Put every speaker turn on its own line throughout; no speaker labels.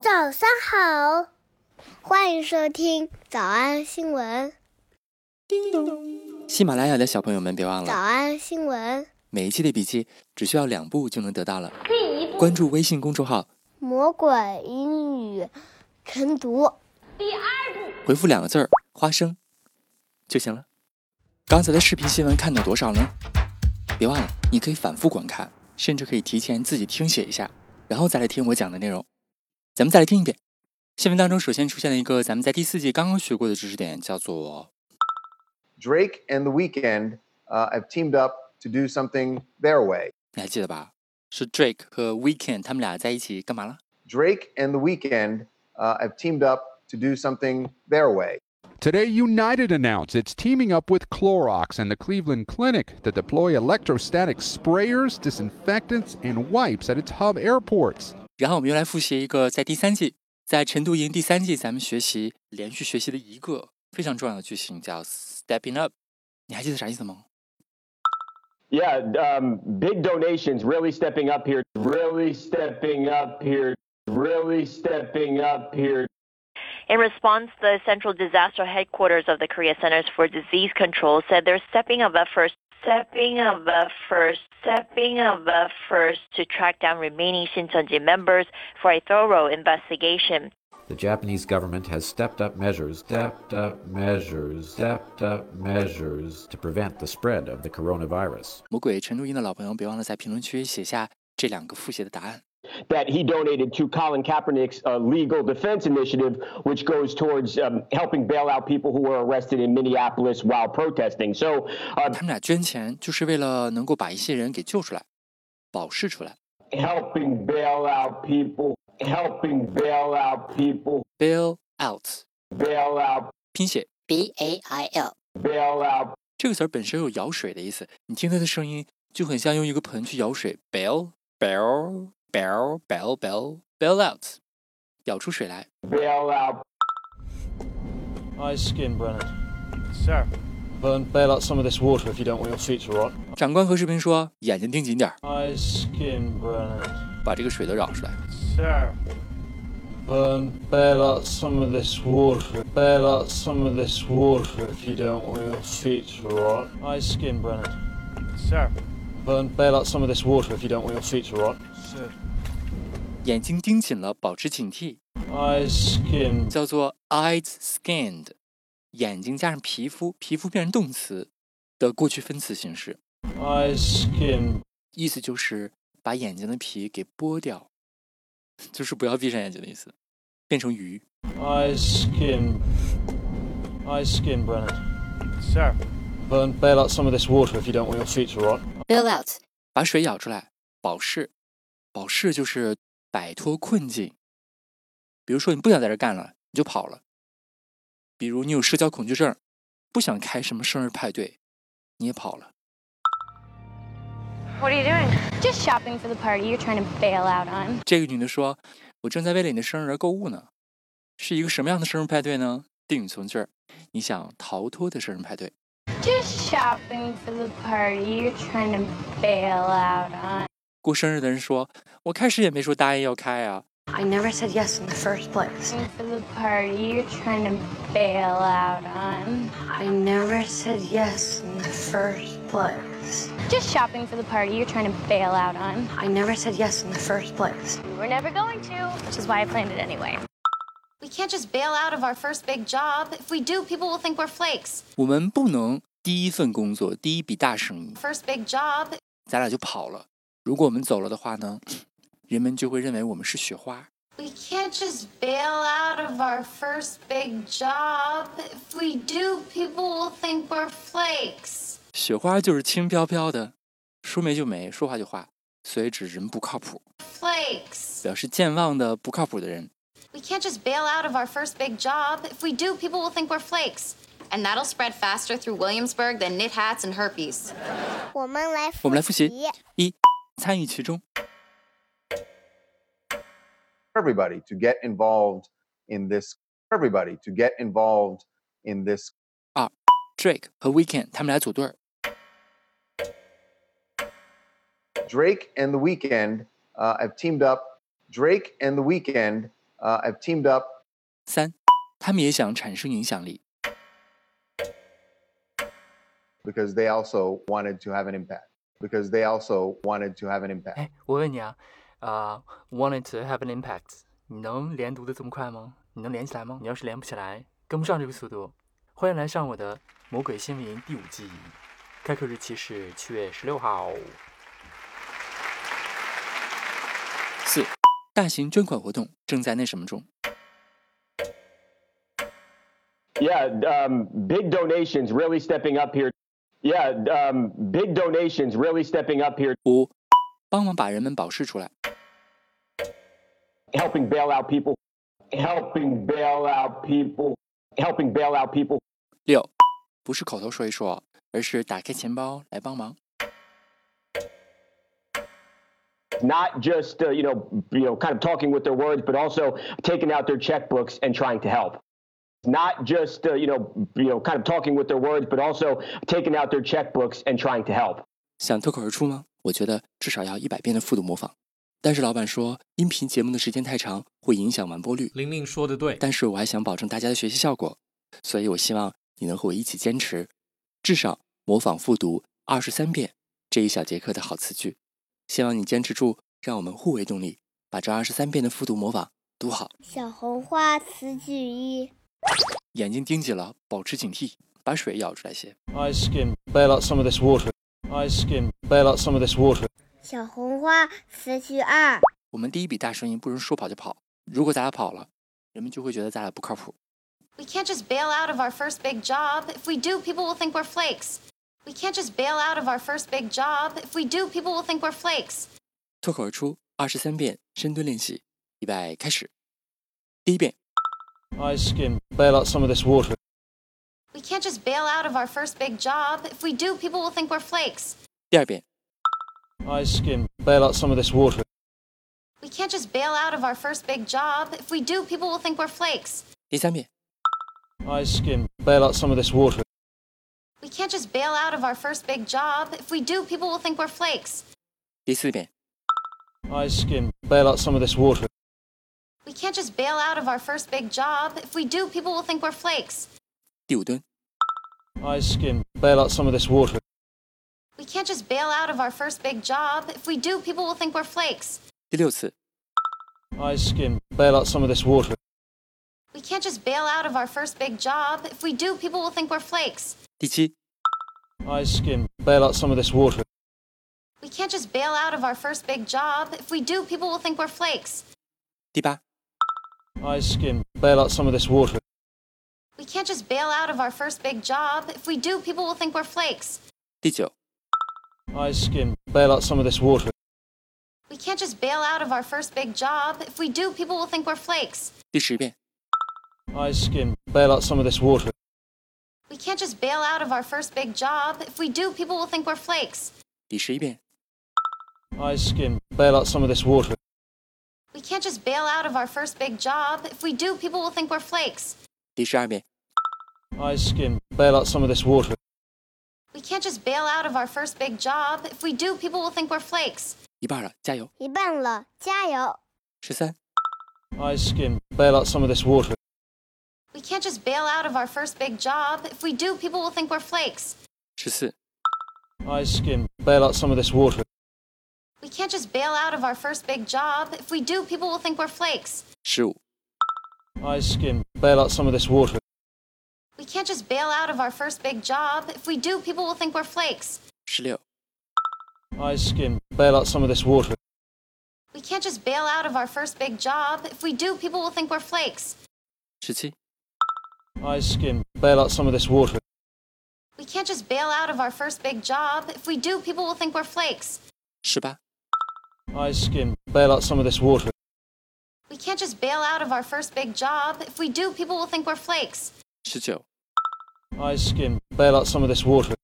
早上好，欢迎收听早安新闻。
喜马拉雅的小朋友们，别忘
早
了
安新闻，
每一期的笔记只需要两步就能得到了。关注微信公众号，
魔鬼英语晨读。
回复两个字儿“花生”就行了。刚才的视频新闻看到多少呢？别忘了，你可以反复观看，甚至可以提前自己听写一下，然后再来听我讲的内容。咱们再来听一遍。新闻当中首先出现了一个咱们在第四季刚刚学过的知识点，叫做
Drake and The Weeknd uh, have teamed up to do something their way.
你还记得吧？是 Drake 和 Weekend 他们俩在一起干嘛了？
Drake and The Weeknd uh, have teamed up to do something their way.
Today, United announced it's teaming up with Clorox and the Cleveland Clinic to deploy electrostatic sprayers, disinfectants, and wipes at its hub airports.
然后我们又来复习一个在第三季，在晨读营第三季，咱们学习连续学习的一个非常重要的句型，叫 stepping up。你还记得啥意思吗？
Yeah, um, big donations, really stepping up here, really stepping up here, really stepping up here.
In response, the Central Disaster Headquarters of the Korea Centers for Disease Control said they're stepping up efforts, stepping up efforts, stepping up efforts to track down remaining Shincheonji members for a thorough investigation.
The Japanese government has stepped up measures, stepped up measures, stepped up measures to prevent the spread of the coronavirus.
魔鬼晨读营的老朋友，别忘了在评论区写下这两个复习的答案。
That he donated to Colin Kaepernick's uh, legal defense initiative, which goes towards um, helping bail out people who were arrested in Minneapolis while protesting. So, uh,
他们俩捐钱就是为了能够把一些人给救出来、保释出来。
helping bail out people, helping bail out people,
Bail out，
bail out,
拼写
B A I L.
bail out.
这个词儿本身有舀水的意思，你听它的声音就很像用一个盆去舀水，bail bail bail bail bail bail out，舀出水来。
Bail out.
Eyes skin, Brennan. Sir. Burn, bail out some of this water if you don't want your feet to rot.
长官和士兵说：“眼睛盯紧点儿，
Eyes skin, Brennan.
把这个水都舀出来。
Sir. Burn, bail out some of this water. Bail out some of this water if you don't want your feet to rot. Eyes skin, Brennan. Sir. Burn, bail out some of this water if you don't want your feet to rot. Sir.
眼睛盯紧了，保持警惕，
Eyes skin.
叫做 eyes skinned，眼睛加上皮肤，皮肤变成动词的过去分词形式，
Eyes skin.
意思就是把眼睛的皮给剥掉，就是不要闭上眼睛的意思，变成鱼。
Eyes skin. Eyes skin, Brennan. Sir. Burn, bail out some of this water if you don't want your feet to rot.
Bill out.
把水舀出来，保释。保释就是摆脱困境。比如说，你不想在这儿干了，你就跑了。比如你有社交恐惧症，不想开什么生日派对，你也跑了。
What are you doing? Just shopping for the party you're trying to bail out on.
这个女的说：“我正在为了你的生日而购物呢。”是一个什么样的生日派对呢？定语从句儿，你想逃脱的生日派对。
Just shopping for the party you're trying to bail out on.
过生日的人说：“我开始也没说答应要开啊。
I never said yes in the first place.
Shopping For the party you're trying to bail out on.
I never said yes in the first place.
Just shopping for the party you're trying to bail out on.
I never said yes in the first place.
We were never going to, which is why I planned it anyway.
We can't just bail out of our first big job. If we do, people will think we're flakes.
我们不能第一份工作、第一笔大生意，
First big job.
咱俩就跑了。如果我们走了的话呢，人们就会认为我们是雪花。
We can't just bail out of our first big job. If we do, people will think we're flakes.
雪花就是轻飘飘的，说没就没，说话就话，所以指人不靠谱，
Flakes.
表示健忘的、不靠谱的人。
We can't just bail out of our first big job. If we do, people will think we're flakes. And that'll spread faster through Williamsburg than knit hats and herpes.
我们来
我们来复习：一、参与其中；
Everybody to get involved in this. Everybody to get involved in this.
Drake 和 Weekend 他们俩组队儿，
Drake and The Weeknd uh, have teamed up. Drake and The Weeknd Uh, I've teamed up.
三，他们也想产生影响力。
because they also wanted to have an impact. Because they also wanted to have an impact.
我问你啊，啊、w a n t e d to have an impact，你能连读的这么快吗？你能连起来吗？你要是连不起来，跟不上这个速度，欢迎来上我的《魔鬼新闻营》第五季，开课日期是七月十六号。
四，大型捐款活动正在那什么中。
Yeah, um, big donations really stepping up here. Yeah, um, big donations really stepping up here.
五，帮忙把人们保释出来。
Helping bail out people. Helping bail out people. Helping bail out people.
六，不是口头说一说，而是打开钱包来帮忙。
Not just uh, you know you know kind of talking with their words, but also taking out their checkbooks and trying to help. Not just uh, you know you know kind of talking with their words, but also taking out their checkbooks and trying to help.
想脱口而出吗？我觉得至少要一百遍的复读模仿。但是老板说，音频节目的时间太长，会影响完播率。
玲玲说的对，
但是我还想保证大家的学习效果，所以我希望你能和我一起坚持，至少模仿复读二十三遍这一小节课的好词句。希望你坚持住，让我们互为动力，把这二十三遍的复读模仿读好。
小红花词句一，
眼睛盯紧了，保持警惕，把水舀出来些。
Ice skim, bail out some of this water. Ice skim, bail out some of this water.
小红花词句二，
我们第一笔大生意不能说跑就跑，如果咱俩跑了，人们就会觉得咱俩不靠谱。
We can't just bail out of our first big job. If we do, people will think we're flakes. We can't just bail out of our first big job. If we do, people will think we're flakes.
脱口而出二十三遍深蹲练习，预备开始。第一遍，
Ice skim, bail out some of this water.
We can't just bail out of our first big job. If we do, people will think we're flakes.
第二遍，
Ice skim, bail out some of this water.
We can't just bail out of our first big job. If we do, people will think we're flakes.
第三遍，
Ice skim, bail out some of this water.
We can't just bail out of our first big job. If we do, people will think we're flakes.
第四遍，
Ice skim, bail out some of this water.
We can't just bail out of our first big job. If we do, people will think we're flakes.
第五蹲，
Ice skim, bail out some of this water.
We can't just bail out of our first big job. If we do, people will think we're flakes.
第六次，
Ice skim, bail out some of this water.
We can't just bail out of our first big job. If we do, people will think we're flakes.
第七，
Ice skim, bail out some of this water.
We can't just bail out of our first big job. If we do, people will think we're flakes.
第八，
Ice skim, bail out some of this water.
We can't just bail out of our first big job. If we do, people will think we're flakes.
第九，
Ice skim, bail out some of this water.
We can't just bail out of our first big job. If we do, people will think we're flakes.
第十遍，
Ice skim, bail out some of this water.
We can't just bail out of our first big job. If we do, people will think we're flakes.
第十一遍，
Ice skim, bail out some of this water.
We can't just bail out of our first big job. If we do, people will think we're flakes.
第十二遍，
Ice skim, bail out some of this water.
We can't just bail out of our first big job. If we do, people will think we're flakes.
一半了，加油！
一半了，加油！
十三、
Ice skim, bail out some of this water.
We can't just bail out of our first big job. If we do, people will think we're flakes.
十四、
Ice skim, bail out some of this water.
We can't just bail out of our first big job. If we do, people will think we're flakes.
十五、
Ice skim, bail out some of this water.
We can't just bail out of our first big job. If we do, people will think we're flakes.
十六、
Ice skim, bail out some of this water.
We can't just bail out of our first big job. If we do, people will think we're flakes.
十七、
Ice skim, bail out some of this water.
We can't just bail out of our first big job. If we do, people will think we're flakes.
十八、
Ice skim, bail out some of this water.
We can't just bail out of our first big job. If we do, people will think we're flakes.
十九、
Ice skim, bail out some of this water.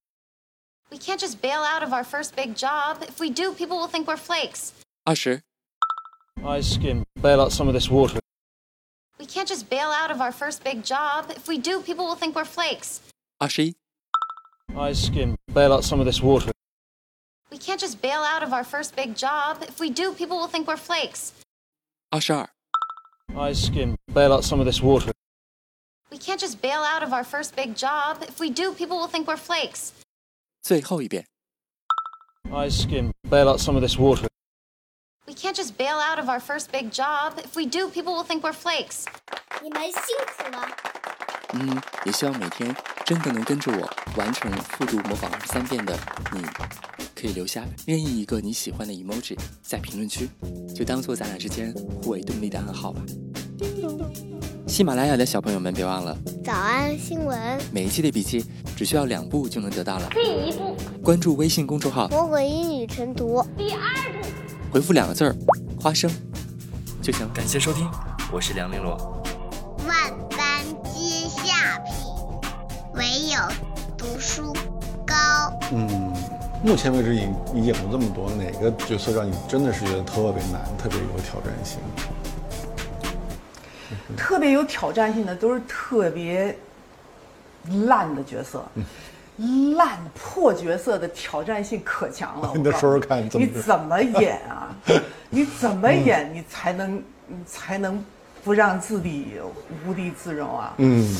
We can't just bail out of our first big job. If we do, people will think we're flakes.
二十、
Ice skim, bail out some of this water.
We can't just bail out of our first big job. If we do, people will think we're flakes.
二十一、
Ice skim, bail out some of this water.
We can't just bail out of our first big job. If we do, people will think we're flakes.
二十二、
Ice skin. Bail out some of this water.
We can't just bail out of our first big job. If we do, people will think we're flakes.
最后一遍，
Ice skin. Bail out some of this water.
We can't just bail out of our first big job. If we do, people will think we're flakes.
你们辛苦了。
嗯，也希望每天真的能跟着我完成复读模仿二十三遍的你，可以留下任意一个你喜欢的 emoji 在评论区，就当做咱俩之间互为动力的暗号吧。喜马拉雅的小朋友们，别忘了
早安新闻，
每一期的笔记只需要两步就能得到了。
第一步，
关注微信公众号，
魔鬼英语晨读。第二步，
回复两个字儿“花生”就行了。
感谢收听，我是梁玲珑，
万般皆下品，唯有读书高。
嗯，目前为止演演过这么多，哪个角色让你真的是觉得特别难，特别有挑战性？
特别有挑战性的都是特别烂的角色，烂破角色的挑战性可强了。
你再
我告
说
诉
说看，怎
你
么
怎么演啊？你怎么演，你才能你才能不让自己无地自容啊？
嗯。